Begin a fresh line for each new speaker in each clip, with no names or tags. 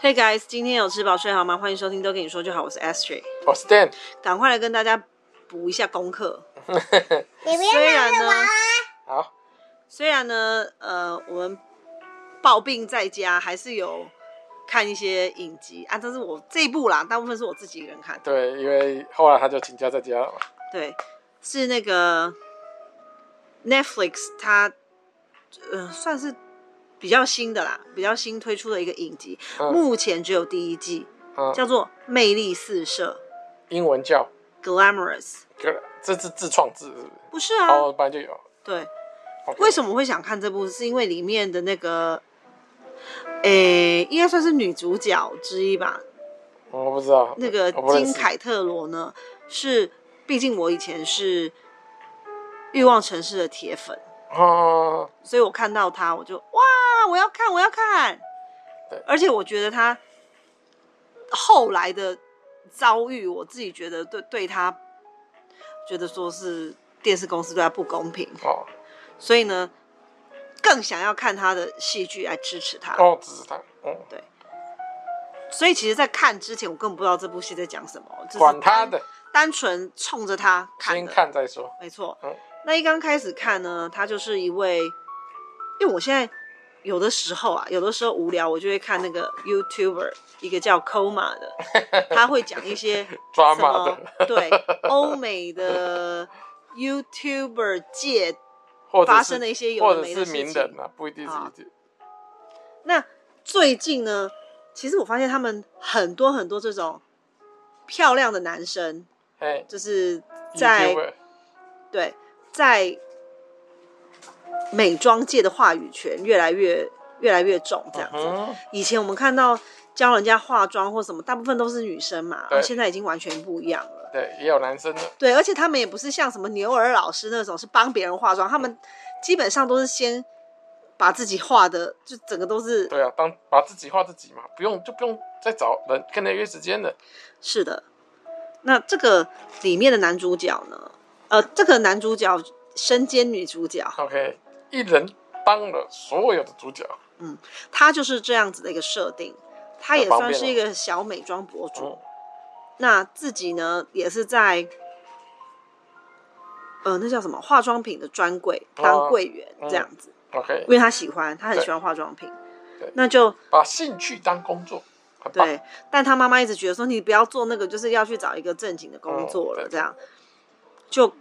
Hey guys，今天有吃饱睡好吗？欢迎收听都跟你说就好，我是 Astrid，
我哦 Stan，
赶快来跟大家补一下功课。
你不要
虽然
让着
呢
我啊！
好，
虽然呢，呃，我们抱病在家，还是有看一些影集啊，但是我这一部啦，大部分是我自己一个人看。
对，因为后来他就请假在家了嘛。
对，是那个 Netflix 它呃算是比较新的啦，比较新推出的一个影集，
嗯
目前只有第一季，
嗯，
叫做《魅力四射
英文叫》
（Glamorous）。
这是自创字，是不是？
不是啊，
哦，本来就有。
对，
OK
为什么会想看这部？是因为里面的那个，诶、应该算是女主角之一吧。
我不知道。
那个
我哦不认
金
识，
凯特罗呢，是毕竟我以前是《欲望城市》的铁粉，
哦，
所以我看到她，我就哇，我要看，我要看
对。
而且我觉得她后来的遭遇，我自己觉得对对她，觉得说是电视公司对她不公平。
哦，
所以呢，更想要看他的戏剧来支持他。
哦，只是他，嗯，
所以其实，在看之前，我根本不知道这部戏在讲什么，就是
管他的，
单纯冲着他看
先
的。
看再说。
没错
嗯。
那一刚开始看呢，他就是一位，因为我现在有的时候啊，有的时候无聊，我就会看那个 YouTuber，一个叫 Koma 的，他会讲一些
抓
什
马
么
的，
对欧美的 YouTuber 界
或者
发
是
生的一些有
或
的
者
没的
是
事
名
情
人啊，不一定是
啊
一定。
那最近呢，其实我发现他们很多很多这种漂亮的男生，
哎，
就是在
YouTuber
对在美妆界的话语权越来越越来越重，这样子。
嗯，
以前我们看到教人家化妆或什么，大部分都是女生嘛，啊
对
现在已经完全不一样了。
对，也有男生的，
对，而且他们也不是像什么牛儿老师那种是帮别人化妆，他们基本上都是先把自己画的，就整个都是
对啊，当把自己画自己嘛，不用就不用再找人跟人约时间了。
是的，那这个里面的男主角呢？呃，这个男主角身兼女主角，
OK，一人当了所有的主角。
他就是这样子的一个设定。他也算是一个小美妆博主
哦嗯，，
那自己呢也是在，呃，那叫什么化妆品的专柜当
哦
柜员
嗯
这样子，
OK，
因为他喜欢，他很
对
喜欢化妆品
对，
那就
把兴趣当工作，很棒。
对，但他妈妈一直觉得说你不要做那个，就是要去找一个正经的工作
嗯
了，
对
这样就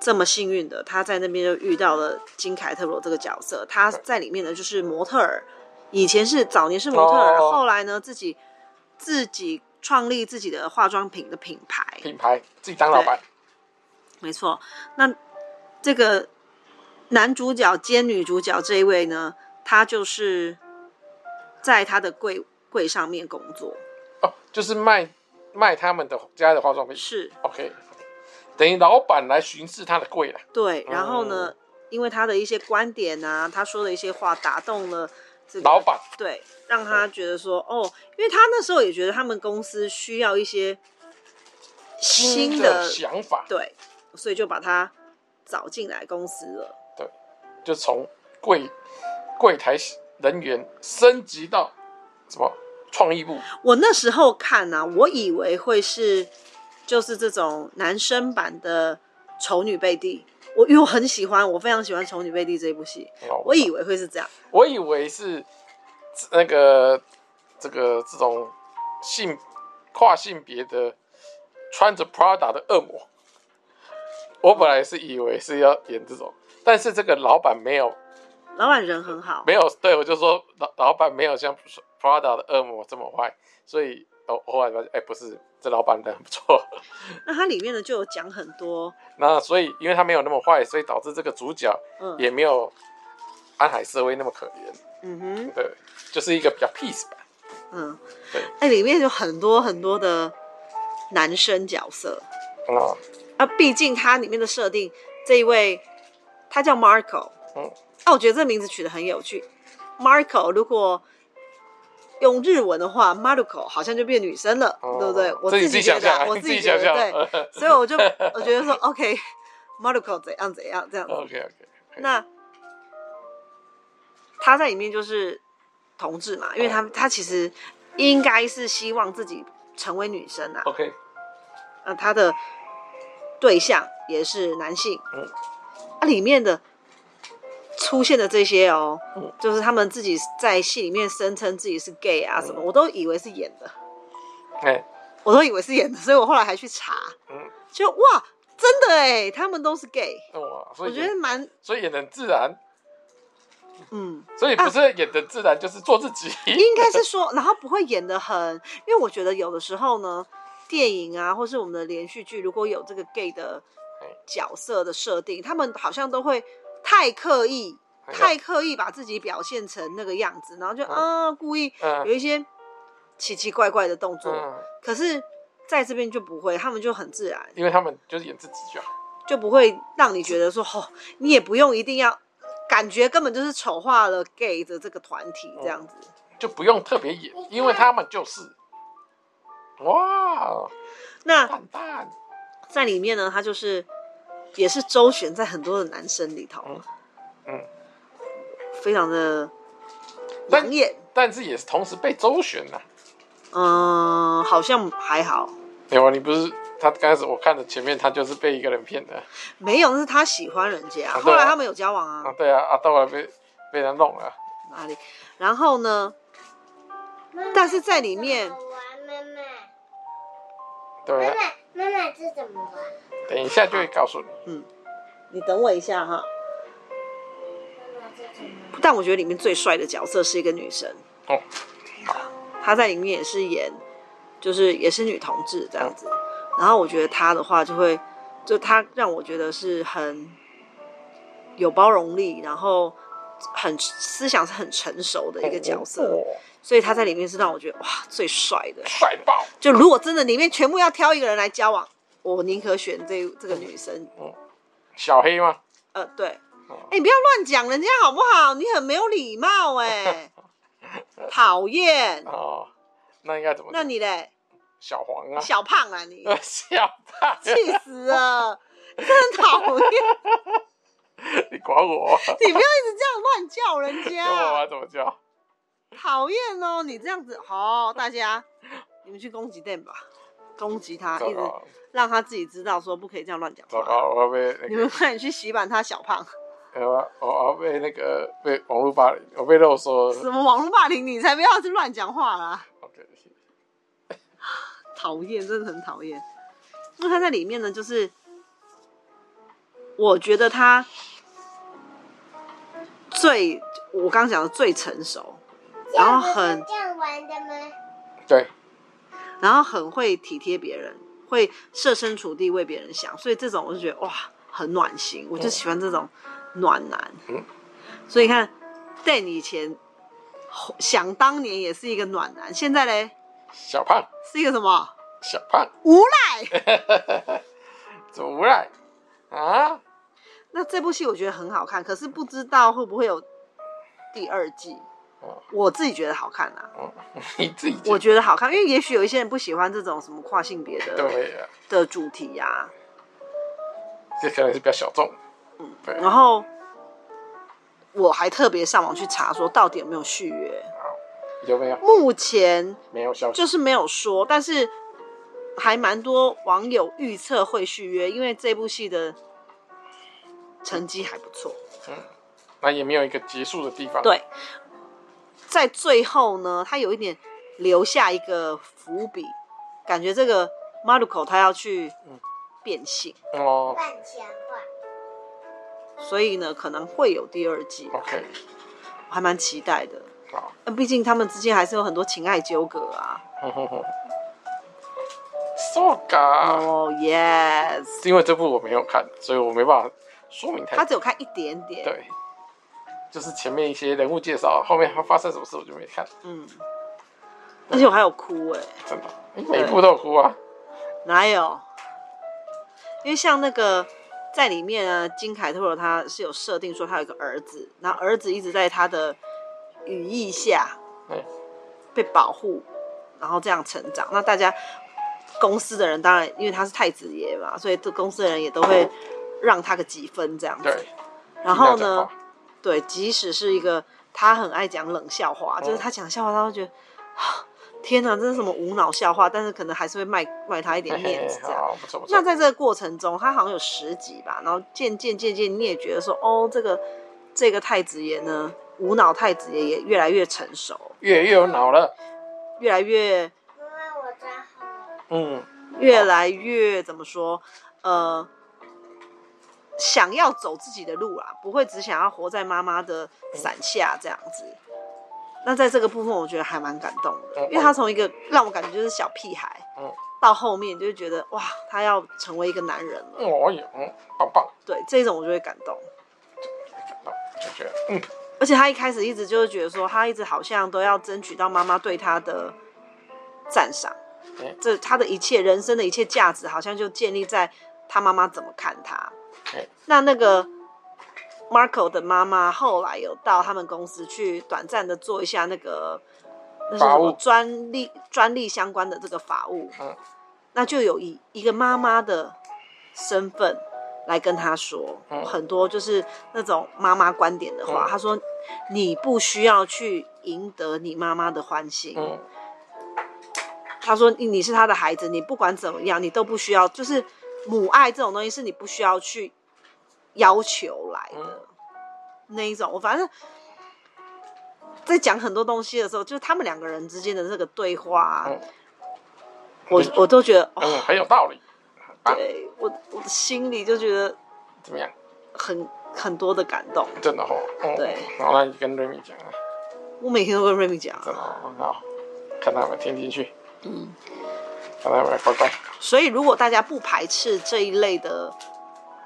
这么幸运的，他在那边就遇到了金凯特罗这个角色，他在里面呢就是模特儿，以前是早年是模特儿，
哦
后来呢自己自己创立自己的化妆品的品牌，
品牌自己当老板，
没错。那这个男主角兼女主角这一位呢，他就是在他的柜柜上面工作，
哦，就是卖卖他们的家的化妆品。
是
OK，等于老板来巡视他的柜了。
对，然后呢，因为他的一些观点啊，他说的一些话打动了这个
老，板
对，让他觉得说哦，因为他那时候也觉得他们公司需要一些新
的
的，
想法，
对，所以就把他找进来公司了。
就从柜柜台人员升级到什么创意部，
我那时候看呢、我以为会是就是这种男生版的《丑女贝蒂》。我因为我很喜欢，我非常喜欢《丑女贝蒂》这一部戏，
哦
我以为会是这样，
我以为是那个这个这种性跨性别的穿着 Prada 的恶魔。我本来是以为是要演这种，但是这个老板没有
老板人很好，
没有，对我就说老老板没有像 Prada 的恶魔这么坏，所以我我后来发现，哎、不是，这老板人很不错。
那它里面呢就有讲很多，
那所以因为他没有那么坏，所以导致这个主角
嗯
也没有安海瑟薇那么可怜，
嗯哼，
对，就是一个比较 peace 版。
嗯
对，
哎、里面有很多很多的男生角色
啊、
啊，毕竟它里面的设定，这一位他叫 Marco，
嗯
啊，我觉得这名字取得很有趣，Marco 如果。用日文的话，Maruko 好像就变女生了，
哦
对不对？我
这你 自
己
己
觉得
想象
啊，
啊，
我
你
己觉
想
得
象
对，
啊。
所以我就我觉得说，OK，Maruko、怎样怎样这样子。
OK OK，
那
哦
他在里面就是同志嘛，因为他他其实应该是希望自己成为女生啊，
OK，
那他的对象也是男性，
嗯
啊，里面的出现的这些哦，
嗯
就是他们自己在戏里面声称自己是 gay 啊什么，
嗯
我都以为是演的，
哎，
我都以为是演的，所以我后来还去查，
嗯
就哇，真的哎，他们都是 gay，
那我所
我
以
觉得
演
蛮
所以演的自然，
嗯，
所以不是演的自然，就是做自己。
应该是说，然后不会演的很，因为我觉得有的时候呢，电影啊，或是我们的连续剧，如果有这个 gay 的
哎
角色的设定，他们好像都会太刻意，
哎
太刻意把自己表现成那个样子，然后就啊、故意有
嗯
一些奇奇怪怪的动作，
嗯，
可是在这边就不会，他们就很自然，
因为他们就是演自己就好。
就不会让你觉得说，哦，你也不用一定要。感觉根本就是丑化了 gay 的这个团体这样子，
就不用特别演，因为他们就是，哇，
那
蛋蛋，
在里面呢，他就是也是周旋在很多的男生里头，
嗯嗯
非常的
但
养眼，
但是也是同时被周旋了、
嗯，好像还好，
没有啊，你不是他刚开始我看的前面他就是被一个人骗的
没有，那是他喜欢人家，
啊对啊
后来他们有交往
啊
啊，，
对啊，啊到后来被被人弄了，
哪里？然后呢，但是在里面
怎么玩妈妈，
对
妈
啊，
妈，妈妈这怎么玩？
等一下就会告诉你，
你等我一下哈，
妈妈这怎么
但我觉得里面最帅的角色是一个女生，
哦，
她在里面也是演，就是也是女同志这样子。
哦
然后我觉得她的话就会，就她让我觉得是很有包容力，然后很思想是很成熟的一个角色，
哦
所以她在里面是让我觉得哇最帅的。
帅爆，
就如果真的里面全部要挑一个人来交往，我宁可选这这个女生。
小黑吗？
呃，对，
哦
哎、你不要乱讲人家好不好？你很没有礼貌哎、 讨厌。
哦，那应该怎么？
那你嘞，
小黄啊，
小胖啊你，
呃 小大，
气死了，真的很讨厌！
你管 我，
你不要一直这样乱叫人
要我
家
玩，怎么叫？
讨厌哦！你这样子，好、大家你们去攻击店吧，攻击他，
糟
一直
糕，
让他自己知道说不可以这样乱讲
糟
话。
糕，我要被那
你
个。
们快点去洗版他小胖，
呃，我我被那个被网络霸凌，我被肉说
什么网络霸凌，你才不要去乱讲话啦！
，OK，
讨厌，真的很讨厌。那他在里面呢，就是我觉得他最我刚讲的最成熟，然后很
这样玩的吗？
对，
然后很会体贴别人，会设身处地为别人想，所以这种我就觉得哇，很暖心，我就喜欢这种暖男。
嗯
所以你看，Dan 以前想当年也是一个暖男，现在嘞
小胖，
是一个什么
小胖，
无赖？
怎么无赖啊？
那这部戏我觉得很好看，可是不知道会不会有第二季
哦。
我自己觉得好看啊，
嗯你自己
我觉得好看，因为也许有一些人不喜欢这种什么跨性别的
对啊，
的主题啊呀、
这可能是比较小众，对
然后我还特别上网去查，说到底有没有续约。
有没有？
目前
没有消息，
就是没有说，但是还蛮多网友预测会续约，因为这部戏的成绩还不错。
嗯那也没有一个结束的地方，
对，在最后呢，他有一点留下一个伏笔，感觉这个 Maruko 他要去
嗯
变性，
哦
乱讲话。
所以呢可能会有第二季，
，OK，
我还蛮期待的。
好，
那毕竟他们之间还是有很多情爱纠葛啊。
哼哼哼，so ga，
哦、y e s
是因为这部我没有看，所以我没办法说明太
他
多，
只有看一点点。，
哎对，就是前面一些人物介绍，后面他发生什么事我就没看，
嗯，而且我还有哭哎、
真的，每部都有哭啊，
哪有？因为像那个在里面呢，金凯特他是有设定说他有一个儿子，然后儿子一直在他的羽翼下
对，
被保护，然后这样成长。那大家公司的人当然因为他是太子爷嘛，所以这公司的人也都会让他个几分这样子。
对，
然后
听他讲
呢
话，，嗯
对，即使是一个他很爱讲冷笑话，就是他讲笑话，他会觉得啊天哪，这是什么无脑笑话？但是可能还是会卖卖他一点面子
嘿
这
嘿
样。
好，不错不错
那。在这个过程中，他好像有十集吧，然后渐渐渐渐，你也觉得说，哦，这个这个太子爷呢，无脑太子爷也越来越成熟，
越来越有脑了，
越来越
因为我抓好了，
嗯，
越来越怎么说？呃，想要走自己的路啦，不会只想要活在妈妈
嗯
的伞下这样子。那在这个部分，我觉得还蛮感动的，因为他从一个让我感觉就是小屁孩，
嗯
到后面就觉得哇，他要成为一个男人了，
哦哟，嗯，棒棒，
对这种我就会感动。
就觉得嗯，
而且他一开始一直就是觉得说，他一直好像都要争取到妈妈对他的赞赏
嗯，
这他的一切人生的一切价值，好像就建立在他妈妈怎么看他
嗯。
那那个 Marco 的妈妈后来有到他们公司去短暂的做一下那个那是什
法
么
务
专利专利相关的这个法务，
嗯
那就有一一个妈妈的身份来跟他说、
嗯
很多就是那种妈妈观点的话，
嗯
他说你不需要去赢得你妈妈的欢心，
嗯
他说你你是他的孩子，你不管怎么样，你都不需要，就是母爱这种东西是你不需要去要求来
嗯
的、那一种。我反正在讲很多东西的时候，就是他们两个人之间的这个对话啊、
嗯
我我都觉得，哦，
嗯，很有道理，棒
对我我心里就觉得
怎么样？
很很多的感动。
真的哦，嗯，
对，
好，那你跟瑞米讲啊，
我每天都跟瑞米讲啊，
真的哦，好，看他们听进去，
嗯，
看他们乖乖，
所以如果大家不排斥这一类的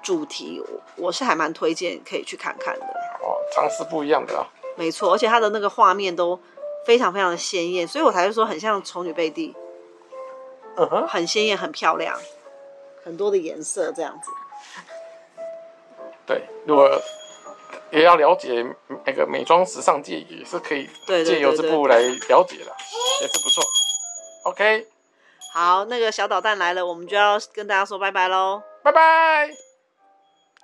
主题，我我是还蛮推荐可以去看看的。
哦，尝试不一样的啊，
没错，而且它的那个画面都非常非常的鲜艳，所以我才会说很像《丑女贝蒂
嗯》，哼，
很鲜艳，很漂亮，很多的颜色这样子。
对，如果也要了解那个美妆时尚界，也是可以
对对对
借由这部来了解的，也是不错。OK，
好，那个小导弹来了，我们就要跟大家说拜拜喽。
拜拜。